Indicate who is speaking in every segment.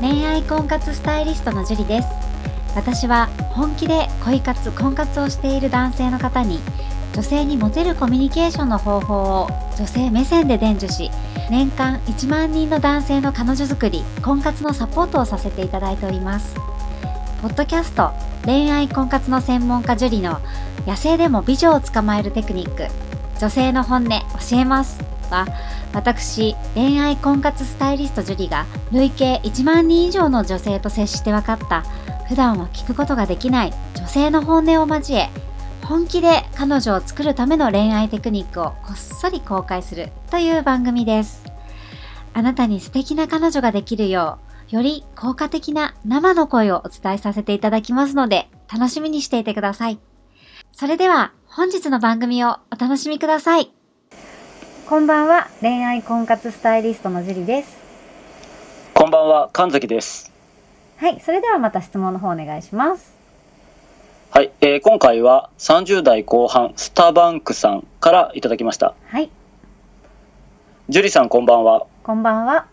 Speaker 1: 恋愛婚活スタイリストのジュリです私は本気で恋活婚活をしている男性の方に女性にモテるコミュニケーションの方法を女性目線で伝授し年間1万人の男性の彼女作り婚活のサポートをさせていただいておりますポッドキャスト恋愛婚活の専門家ジュリの野生でも美女を捕まえるテクニック女性の本音教えますは私恋愛婚活スタイリストジュリが累計1万人以上の女性と接して分かった普段は聞くことができない女性の本音を交え本気で彼女を作るための恋愛テクニックをこっそり公開するという番組ですあなたに素敵な彼女ができるようより効果的な生の声をお伝えさせていただきますので楽しみにしていてくださいそれでは本日の番組をお楽しみくださいこんばんは恋愛婚活スタイリストのジュリです
Speaker 2: こんばんは、神崎です。
Speaker 1: はいそれではまた質問の方お願いします
Speaker 2: はい、えー今回は30代後半、スターバンクさんからいただきました。
Speaker 1: はい
Speaker 2: ジュリさんこんばんは。
Speaker 1: こんばんは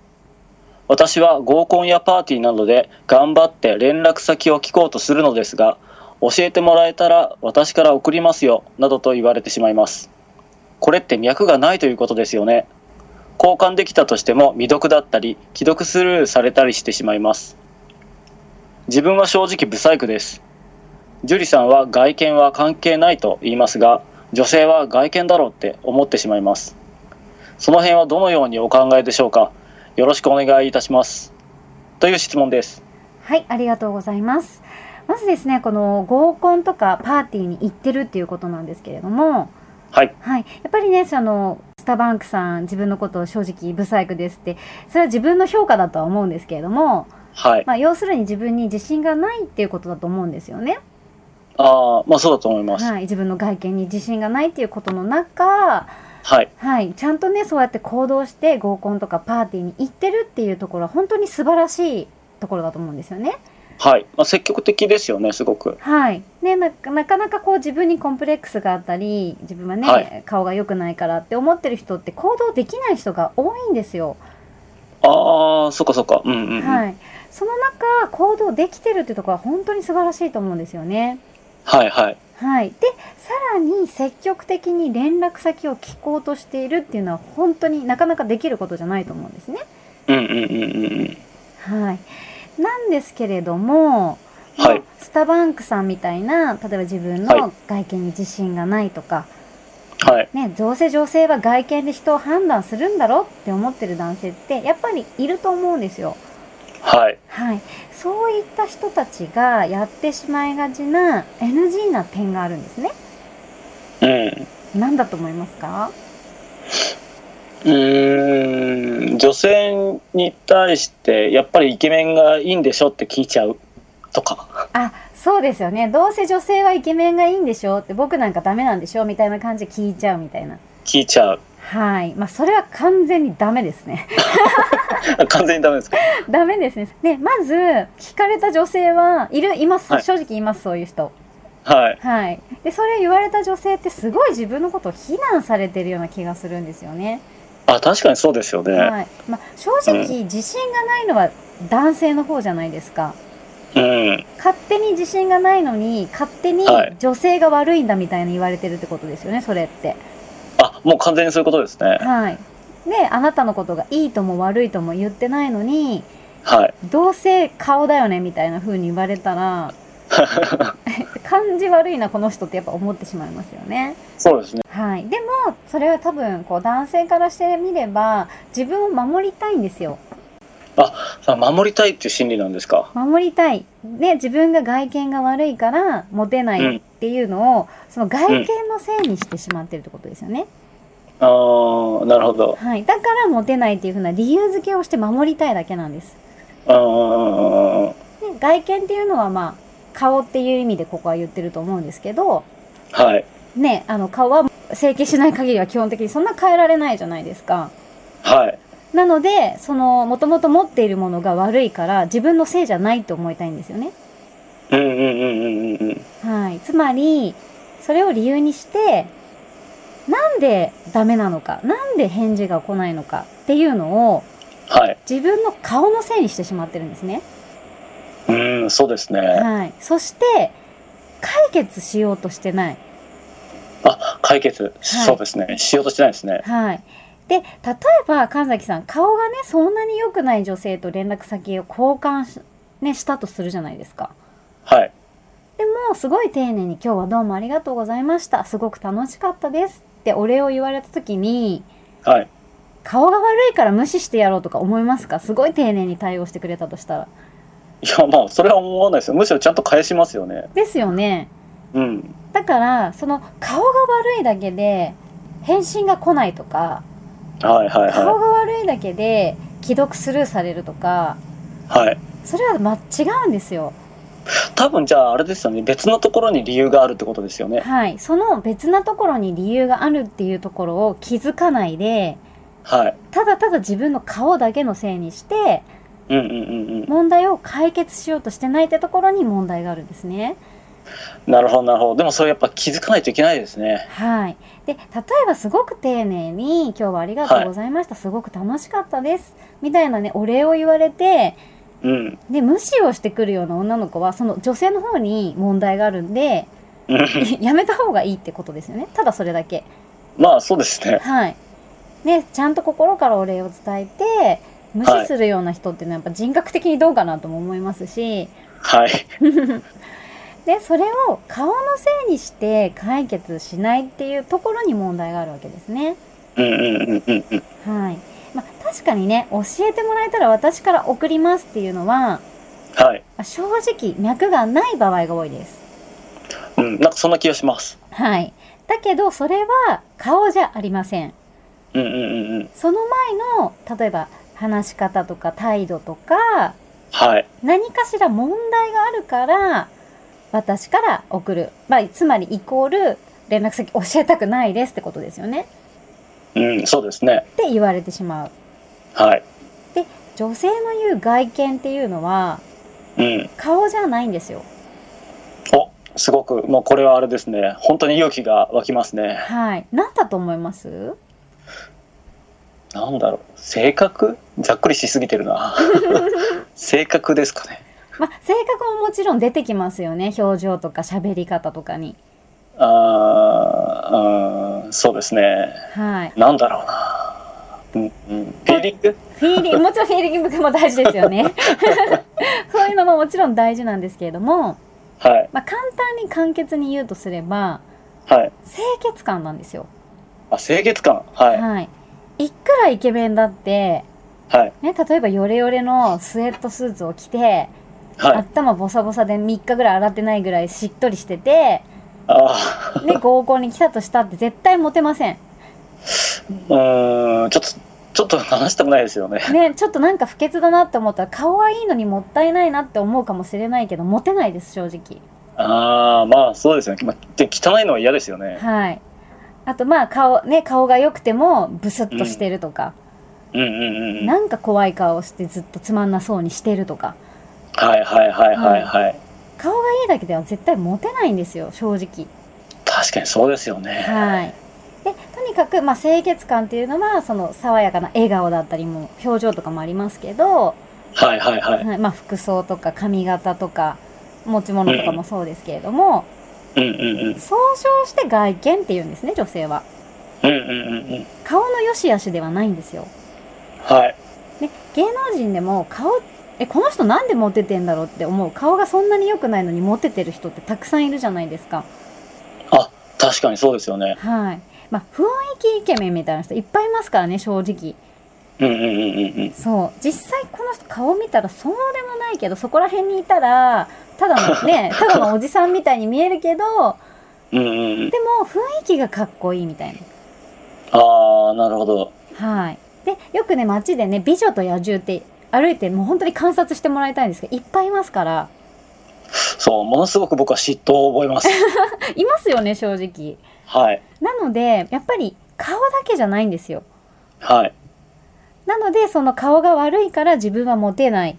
Speaker 2: 私は合コンやパーティーなどで頑張って連絡先を聞こうとするのですが、教えてもらえたら私から送りますよ、などと言われてしまいます。これって脈がないということですよね。交換できたとしても未読だったり、既読スルーされたりしてしまいます。自分は正直不細工です。ジュリさんは外見は関係ないと言いますが、女性は外見だろうって思ってしまいます。その辺はどのようにお考えでしょうかよろしくお願いいたします。という質問です。
Speaker 1: はい、ありがとうございます。まずですね、この合コンとかパーティーに行ってるっていうことなんですけれども、
Speaker 2: はい。
Speaker 1: はい、やっぱりね、そのスタバンクさん自分のことを正直不細工ですって、それは自分の評価だとは思うんですけれども、
Speaker 2: はい。
Speaker 1: まあ要するに自分に自信がないっていうことだと思うんですよね。
Speaker 2: ああ、まあそうだと思います。
Speaker 1: はい、自分の外見に自信がないっていうことの中、
Speaker 2: はい。
Speaker 1: はい、ちゃんとね、そうやって行動して合コンとかパーティーに行ってるっていうところは本当に素晴らしいところだと思うんですよね。
Speaker 2: はい。まあ積極的ですよね、すごく。
Speaker 1: はい、ねななかなかこう自分にコンプレックスがあったり自分はね、
Speaker 2: は
Speaker 1: 顔が良くないからって思ってる人って行動できない人が多いんですよ。
Speaker 2: ああ、そっかそっか。うんうんうん。はい。
Speaker 1: はい、その中行動できてるってところは本当に素晴らしいと思うんですよね。
Speaker 2: はい。
Speaker 1: はい、でさらに積極的に連絡先を聞こうとしているっていうのは本当になかなかできることじゃないと思うんですね。
Speaker 2: うんうんうんうんうん。
Speaker 1: はい、なんですけれども、
Speaker 2: はい
Speaker 1: スタバンクさんみたいな例えば自分
Speaker 2: は
Speaker 1: の外見に自信がないとか、
Speaker 2: はい。
Speaker 1: ね、どうせ女性は外見で人を判断するんだろうって思ってる男性ってやっぱりいると思うんですよ。
Speaker 2: はい。
Speaker 1: はい、そういった人たちがやってしまいがちな NG な点があるんですね。
Speaker 2: うん。
Speaker 1: 何だと思いますか？
Speaker 2: うーん。女性に対して、やっぱりイケメンがいいんでしょって聞いちゃう。とか。
Speaker 1: あ、そうですよね。どうせ女性はイケメンがいいんでしょって僕なんかダメなんでしょみたいな感じで聞いちゃうみたいな。
Speaker 2: 聞いちゃう。
Speaker 1: はい、まあそれは完全にダメですね。
Speaker 2: あ完全にダメですか
Speaker 1: ダメですね。ね、まず聞かれた女性はいるいます、
Speaker 2: はい
Speaker 1: 正直いますそういう人。
Speaker 2: はい。
Speaker 1: はい、でそれ言われた女性ってすごい自分のことを非難されてるような気がするんですよね。
Speaker 2: あ、確かにそうですよね。
Speaker 1: はいまあ、正直自信がないのは男性の方じゃないですか。
Speaker 2: うん。
Speaker 1: 勝手に自信がないのに勝手に
Speaker 2: はい
Speaker 1: 女性が悪いんだみたいに言われてるってことですよねそれって。
Speaker 2: あ、もう完全にそういうことですね。
Speaker 1: はい、であなたのことがいいとも悪いとも言ってないのに
Speaker 2: はい。
Speaker 1: どうせ顔だよねみたいな風に言われたら感じ悪いなこの人ってやっぱ思ってしまいますよね。
Speaker 2: そうですね。
Speaker 1: はい、でもそれは多分こう男性からしてみれば自分を守りたいんですよ
Speaker 2: さあ守りたいっていう心理なんですか。
Speaker 1: 守りたい、ね、自分が外見が悪いからモテな
Speaker 2: う
Speaker 1: い
Speaker 2: ん
Speaker 1: っていうのを、その外見のせいにしてしまってるってことですよね、
Speaker 2: ああ、なるほど。
Speaker 1: はい、だからモテないっていうふうな理由付けをして守りたいだけなんです、
Speaker 2: あー
Speaker 1: ね、外見っていうのはまあ顔っていう意味でここは言ってると思うんですけど、
Speaker 2: はい。
Speaker 1: ね、あの顔は整形しない限りは基本的にそんな変えられないじゃないですか
Speaker 2: はい。
Speaker 1: なので、その、もともと持っているものが悪いから、自分のせいじゃないと思いたいんですよね。
Speaker 2: うんうんうんうんうんうん。
Speaker 1: はい。つまり、それを理由にして、なんでダメなのか、なんで返事が来ないのかっていうのを、
Speaker 2: はい。
Speaker 1: 自分の顔のせいにしてしまってるんですね。
Speaker 2: うーん、そうですね。
Speaker 1: はい。そして、解決しようとしてない。
Speaker 2: あ、解決、そうですね。しようとしてないですね。
Speaker 1: はい。で、例えば、神崎さん、顔がね、そんなに良くない女性と連絡先を交換し,、ね、したとするじゃないですか。
Speaker 2: はい。
Speaker 1: でも、すごい丁寧に今日はどうもありがとうございました。すごく楽しかったです。ってお礼を言われた時に、
Speaker 2: はい。
Speaker 1: 顔が悪いから無視してやろうとか思いますかすごい丁寧に対応してくれたとしたら。
Speaker 2: いや、まあ、それは思わないですよ。むしろちゃんと返しますよね。
Speaker 1: ですよね。
Speaker 2: うん。
Speaker 1: だから、その顔が悪いだけで、返信が来ないとか、
Speaker 2: はいはい
Speaker 1: 顔
Speaker 2: は
Speaker 1: が悪いだけで、既読スルーされるとか、
Speaker 2: い。はい。
Speaker 1: それはま違うんですよ。
Speaker 2: 多分じゃあ、あれですよね。別のところに理由があるってことですよね。
Speaker 1: はい。その別なところに理由があるっていうところを気づかないで、
Speaker 2: はい。
Speaker 1: ただただ自分の顔だけのせいにして、
Speaker 2: うんうんうんうん。
Speaker 1: 問題を解決しようとしてないってところに問題があるんですね。
Speaker 2: なるほどなるほど。でもそれやっぱ気づかないといけないですね。
Speaker 1: はい。で、例えばすごく丁寧に、今日はありがとうございました。すごく楽しかったです。みたいなね、お礼を言われて、
Speaker 2: うん。
Speaker 1: で、無視をしてくるような女の子は、その女性の方に問題があるんで、
Speaker 2: うん
Speaker 1: やめた方がいいってことですよね。ただそれだけ。
Speaker 2: まあ、そうですね。
Speaker 1: はい。ね、ちゃんと心からお礼を伝えて、無視するような人っていうのはやっぱ人格的にどうかなとも思いますし、
Speaker 2: はい。
Speaker 1: で、それを顔のせいにして解決しないっていうところに問題があるわけですね。
Speaker 2: うんうんうんうんうん。
Speaker 1: はい。まあ、確かにね、教えてもらえたら私から送りますっていうのは、
Speaker 2: はい。
Speaker 1: まあ正直脈がない場合が多いです。
Speaker 2: うん。なんかそんな気がします。
Speaker 1: はい。だけど、それは顔じゃありません。
Speaker 2: うんうんうんうん。
Speaker 1: その前の、例えば話し方とか態度とか、
Speaker 2: はい。
Speaker 1: 何かしら問題があるから私から送る、まあ、つまりイコール連絡先教えたくないですってことですよね
Speaker 2: うん、そうですね。
Speaker 1: って言われてしまう
Speaker 2: はい。
Speaker 1: 女性の言う外見っていうのは
Speaker 2: うん。
Speaker 1: 顔じゃないんですよ
Speaker 2: お、すごく、もうこれはあれですね。本当に勇気が湧きますね。
Speaker 1: はい何だと思います
Speaker 2: なんだろう。性格ざっくりしすぎてる な。性格ですかね。
Speaker 1: まあ性格ももちろん出てきますよね表情とか喋り方とかに
Speaker 2: あーうん、そうですね。
Speaker 1: はい
Speaker 2: なんだろうな。うん、うん。フィーリング
Speaker 1: フィー リングもちろんフィーリングも大事ですよね そういうのももちろん大事なんですけれども、
Speaker 2: はい。
Speaker 1: まあ、簡単に簡潔に言うとすれば
Speaker 2: はい。
Speaker 1: 清潔感なんですよ
Speaker 2: あ、清潔感。はい。
Speaker 1: はい。いくらイケメンだって、
Speaker 2: はい。
Speaker 1: ね、例えばヨレヨレのスウェットスーツを着て、
Speaker 2: はい。
Speaker 1: 頭ボサボサで3日ぐらい洗ってないぐらいしっとりしてて、
Speaker 2: あー
Speaker 1: で、合コンに来たとしたって絶対モテません。
Speaker 2: うーん、ちょっと、ちょっと話したくないですよね。
Speaker 1: ね、ちょっとなんか不潔だなって思ったら顔はいいのにもったいないなって思うかもしれないけど、モテないです、正直。
Speaker 2: ああ、まあそうですね。まあ、で汚いのは嫌ですよね。
Speaker 1: はい。あと、まあ、顔、ね、顔が良くてもブスッとしてるとか、
Speaker 2: うんうんうんうん。は
Speaker 1: なんか怖い顔してずっとつまんなそうにしてるとか、
Speaker 2: いはいはいはいはい。
Speaker 1: 顔がいいだけでは絶対モテないんですよ、正直。
Speaker 2: 確かにそうですよね。
Speaker 1: はい。で、とにかく、まあ、清潔感っていうのは、その、爽やかな笑顔だったりも、表情とかもありますけど、
Speaker 2: はいはいはい。
Speaker 1: はいまあ、服装とか髪型とか、持ち物とかもそうですけれども、
Speaker 2: うんうんうん。
Speaker 1: 総称して外見っていうんですね、女性は。
Speaker 2: うんうんうんうん。
Speaker 1: 顔の良し悪しではないんですよ。
Speaker 2: はい。
Speaker 1: ね、芸能人でも顔、え、この人なんでモテてんだろうって思う。顔がそんなに良くないのにモテてる人ってたくさんいるじゃないですか。
Speaker 2: あ、確かにそうですよね。
Speaker 1: はい。まあ、雰囲気イケメンみたいな人いっぱいいますからね、正直。
Speaker 2: うんうんうんうんうん。
Speaker 1: そう実際この人顔見たらそうでもないけどそこら辺にいたらただのねただのおじさんみたいに見えるけど
Speaker 2: うんうんうん。
Speaker 1: でも雰囲気がかっこいいみたい
Speaker 2: ああ、なるほど。
Speaker 1: なはいでよくね街でね「美女と野獣」って歩いてもう本当に観察してもらいたいんですけどいっぱいいますから
Speaker 2: そう、ものすごく僕は嫉妬を覚え ます。
Speaker 1: いますよね正直
Speaker 2: はい。
Speaker 1: なのでやっぱり顔だけじゃないんですよ
Speaker 2: はい。
Speaker 1: なのでその顔が悪いから自分はモテない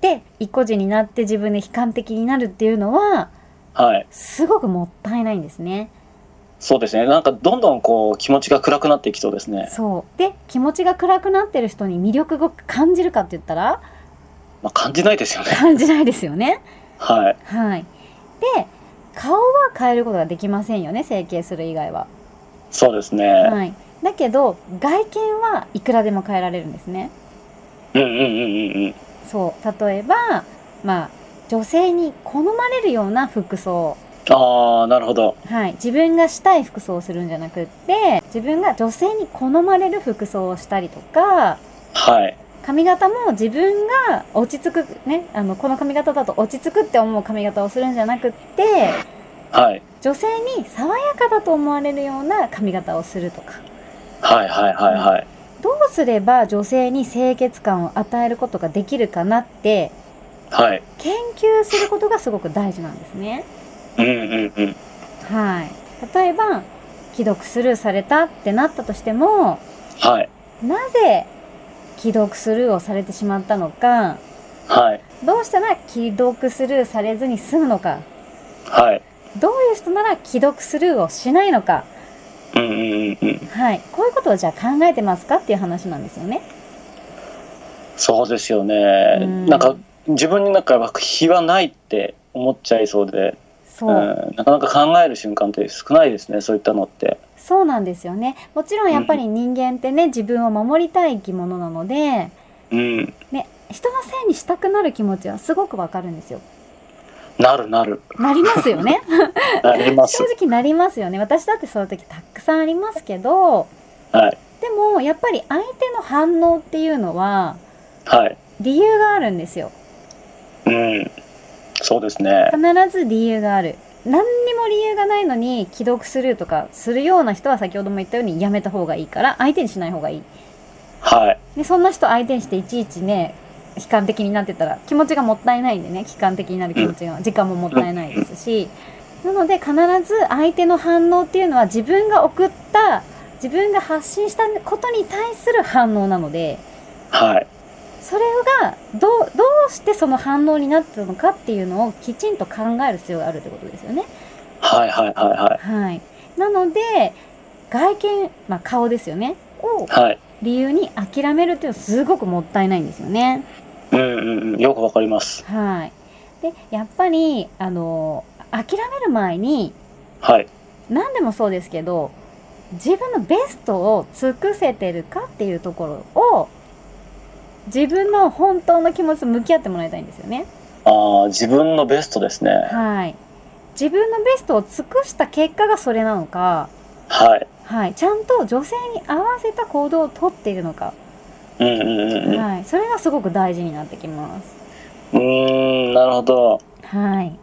Speaker 1: で一個人になって自分で悲観的になるっていうのは
Speaker 2: はい。
Speaker 1: すごくもったいないんですね
Speaker 2: そうですね。なんかどんどんこう気持ちが暗くなっていきそうですね。
Speaker 1: そうで気持ちが暗くなってる人に魅力を感じるかって言ったら
Speaker 2: まあ、感じないですよね。
Speaker 1: 感じないですよね。
Speaker 2: はい。
Speaker 1: はい、で顔は変えることができませんよね整形する以外は。
Speaker 2: そうですね。
Speaker 1: はい、だけど外見はいくらでも変えられるんですね。
Speaker 2: うんうんうんうんうん。
Speaker 1: そう例えば、まあ、女性に好まれるような服装、
Speaker 2: ああ、なるほど。
Speaker 1: はい、自分がしたい服装をするんじゃなくって自分が女性に好まれる服装をしたりとか
Speaker 2: はい。
Speaker 1: 髪型も自分が落ち着く、ね、あのこの髪型だと落ち着くって思う髪型をするんじゃなくって
Speaker 2: はい。
Speaker 1: 女性に爽やかだと思われるような髪型をするとか
Speaker 2: はいはいはいはい。
Speaker 1: どうすれば女性に清潔感を与えることができるかなって
Speaker 2: はい。
Speaker 1: 研究することがすごく大事なんですね。
Speaker 2: うんうんうん。
Speaker 1: はい、例えば既読スルーされたってなったとしても
Speaker 2: はい。
Speaker 1: なぜ既読スルーをされてしまったのか
Speaker 2: はい。
Speaker 1: どうしたら既読スルーされずに済むのか
Speaker 2: はい。
Speaker 1: どういう人なら既読スルーをしないのか、
Speaker 2: うんうんうんうん。
Speaker 1: はい、こういうことをじゃあ考えてますかっていう話なんですよね。
Speaker 2: そうですよね。
Speaker 1: うん
Speaker 2: なんか自分になんか非はないって思っちゃいそうで、
Speaker 1: そうう、
Speaker 2: ん、なかなか考える瞬間って少ないですね、そういったのって。
Speaker 1: そうなんですよね。もちろんやっぱり人間ってね、自分を守りたい生き物なので、
Speaker 2: うん。
Speaker 1: ね、人のせいにしたくなる気持ちはすごくわかるんですよ。
Speaker 2: なるなる。
Speaker 1: なりますよね。
Speaker 2: なりま
Speaker 1: 正
Speaker 2: す。
Speaker 1: 直なりますよね。私だってそういう時たくさんありますけど、
Speaker 2: はい。
Speaker 1: でもやっぱり相手の反応っていうのは
Speaker 2: はい。
Speaker 1: 理由があるんですよ。
Speaker 2: うん。そうですね。
Speaker 1: 必ず理由がある。何にも理由がないのに既読スルーとかするような人は先ほども言ったようにやめた方がいいから相手にしない方がいい。
Speaker 2: はい。
Speaker 1: でそんな人相手にしていちいちね悲観的になってたら気持ちがもったいないんでね悲観的になる気持ちが時間ももったいないですしなので必ず相手の反応っていうのは自分が送った自分が発信したことに対する反応なので
Speaker 2: はい。
Speaker 1: それがどうどうしてその反応になったのかっていうのをきちんと考える必要があるってことですよね。
Speaker 2: はいはいはいはい。
Speaker 1: はい、なので外見、まあ、顔ですよねを
Speaker 2: はい。
Speaker 1: 理由に諦めるっていうのはすごくもったいないんですよね。
Speaker 2: うんうんうん。よくわかります。
Speaker 1: はい。で、やっぱり、あの、諦める前に、
Speaker 2: はい。
Speaker 1: 何でもそうですけど、自分のベストを尽くせてるかっていうところを、自分の本当の気持ちと向き合ってもらいたいんですよね。
Speaker 2: ああ、自分のベストですね。
Speaker 1: はい。自分のベストを尽くした結果がそれなのか、
Speaker 2: はい。
Speaker 1: はい。ちゃんと女性に合わせた行動をとっているのか、
Speaker 2: うんうんうんうん。う
Speaker 1: はい。それがすごく大事になってきます。
Speaker 2: ーん、なるほど。
Speaker 1: はい。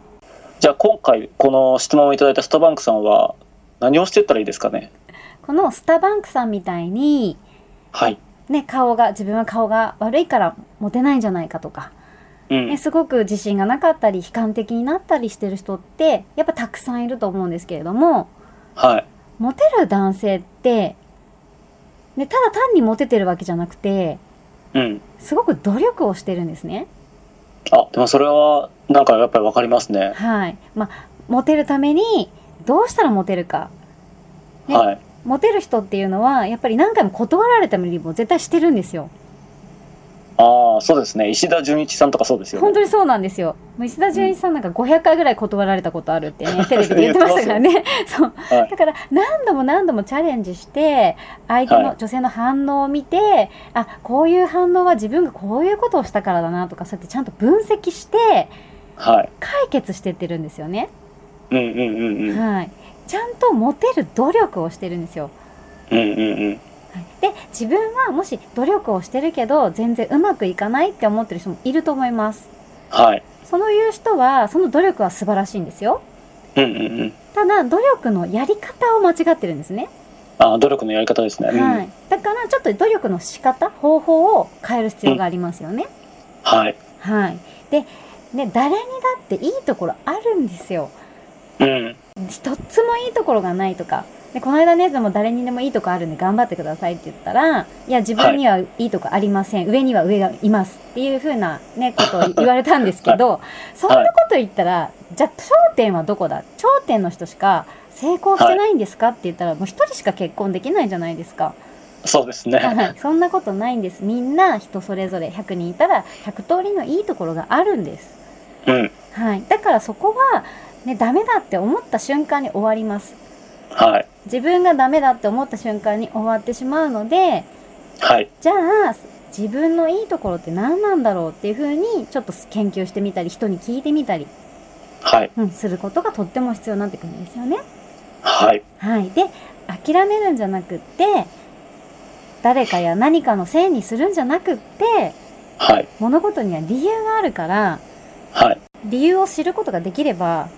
Speaker 2: じゃあ今回この質問をいただいたスタバンクさんは何をしてったらいいですかね。
Speaker 1: このスタバンクさんみたいに、
Speaker 2: はい。
Speaker 1: ね、顔が自分は顔が悪いからモテないんじゃないかとか、
Speaker 2: う
Speaker 1: ね、
Speaker 2: ん。
Speaker 1: すごく自信がなかったり悲観的になったりしてる人ってやっぱたくさんいると思うんですけれども
Speaker 2: はい。
Speaker 1: モテる男性って、ね、ただ単にモテてるわけじゃなくて
Speaker 2: うん。
Speaker 1: すごく努力をしてるんですね。
Speaker 2: あ、でもそれはなんかやっぱりわかりますね。
Speaker 1: はいまあ、モテるためにどうしたらモテるかね
Speaker 2: はい。
Speaker 1: モテる人っていうのはやっぱり何回も断られたりも絶対してるんですよ。
Speaker 2: ああ、そうですね。石田純一さんとかそうですよ
Speaker 1: 本
Speaker 2: ね。
Speaker 1: 当にそうなんですよ。もう石田純一さんなんか500回ぐらい断られたことあるって ね、テレビで言ってましたからね。 そう。
Speaker 2: はい
Speaker 1: だから何度も何度もチャレンジして、相手の
Speaker 2: はい
Speaker 1: 女性の反応を見て、あ、こういう反応は自分がこういうことをしたからだなとか、そうやってちゃんと分析して、
Speaker 2: はい。
Speaker 1: 解決してってるんですよね。
Speaker 2: うんうんうんうん。
Speaker 1: はい。ちゃんとモテる努力をしてるんですよ。
Speaker 2: うんうんうん。
Speaker 1: はいで、自分はもし努力をしてるけど、全然うまくいかないって思ってる人もいると思います。
Speaker 2: はい。
Speaker 1: そういう人は、その努力は素晴らしいんですよ。
Speaker 2: うんうんうん。
Speaker 1: ただ努力のやり方を間違ってるんですね、
Speaker 2: あー努力のやり方ですね。うん
Speaker 1: はい、だからちょっと努力の仕方方法を変える必要がありますよね、
Speaker 2: はい。
Speaker 1: はいでね誰にだっていいところあるんですよ
Speaker 2: うん。
Speaker 1: 一つもいいところがないとかでこの間ねでも誰にでもいいとこあるんで頑張ってくださいって言ったらいや自分にはいいとこありません、上には上がいますっていうふうな、ね、ことを言われたん ですけど、そんなこと言ったらじゃあ頂点はどこだ頂点の人しか成功してないんですかって言ったら、もう一人しか結婚できないじゃないですか。
Speaker 2: そうですね。
Speaker 1: はい、 そんなことないんです。みんな人それぞれ100人いたら100通りのいいところがあるんです。
Speaker 2: うん。
Speaker 1: はい、だからそこは、ね、ダメだって思った瞬間に終わります。
Speaker 2: はい。
Speaker 1: 自分がダメだって思った瞬間に終わってしまうので、
Speaker 2: はい。
Speaker 1: じゃあ自分のいいところって何なんだろうっていうふうにちょっと研究してみたり人に聞いてみたり、
Speaker 2: はい。
Speaker 1: うん、することがとっても必要になってくるんですよね。
Speaker 2: はい。
Speaker 1: はい、で諦めるんじゃなくって誰かや何かのせいにするんじゃなくって
Speaker 2: はい。
Speaker 1: 物事には理由があるから
Speaker 2: はい。
Speaker 1: 理由を知ることができれば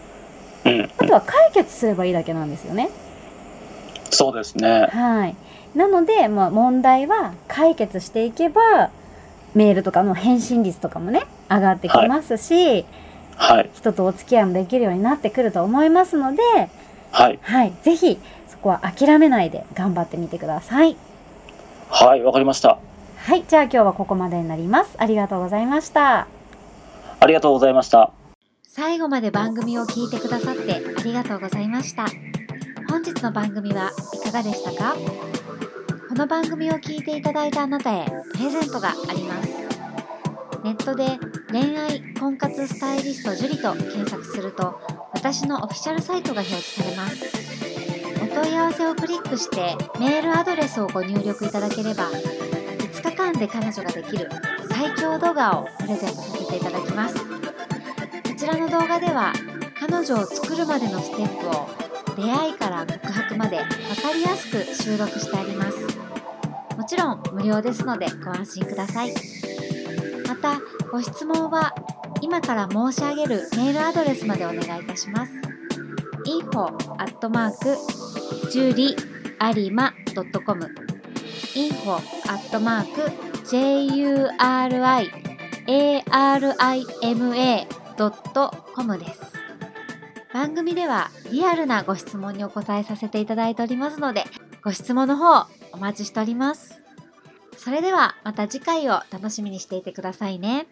Speaker 2: うん。うん
Speaker 1: あとは解決すればいいだけなんですよね。
Speaker 2: そうですね。
Speaker 1: はい、なので、まあ、問題は解決していけばメールとかの返信率とかもね上がってきますし、
Speaker 2: はい。
Speaker 1: 人とお付き合いもできるようになってくると思いますので、
Speaker 2: はい。
Speaker 1: はい、ぜひそこは諦めないで頑張ってみてください。
Speaker 2: はい。わかりました。
Speaker 1: はい、じゃあ今日はここまでになります。ありがとうございました。
Speaker 2: ありがとうございました。
Speaker 3: 最後まで番組を聞いてくださってありがとうございました本日の番組はいかがでしたかこの番組を聞いていただいたあなたへプレゼントがありますネットで恋愛婚活スタイリスト樹里と検索すると私のオフィシャルサイトが表示されますお問い合わせをクリックしてメールアドレスをご入力いただければ5日間で彼女ができる最強動画をプレゼントさせていただきますこちらの動画では彼女を作るまでのステップを出会いから告白まで分かりやすく収録してありますもちろん無料ですのでご安心くださいまたご質問は今から申し上げるメールアドレスまでお願いいたします info at mark juriarima.com info at mark juriarima .com です番組ではリアルなご質問にお答えさせていただいておりますのでご質問の方お待ちしておりますそれではまた次回を楽しみにしていてくださいね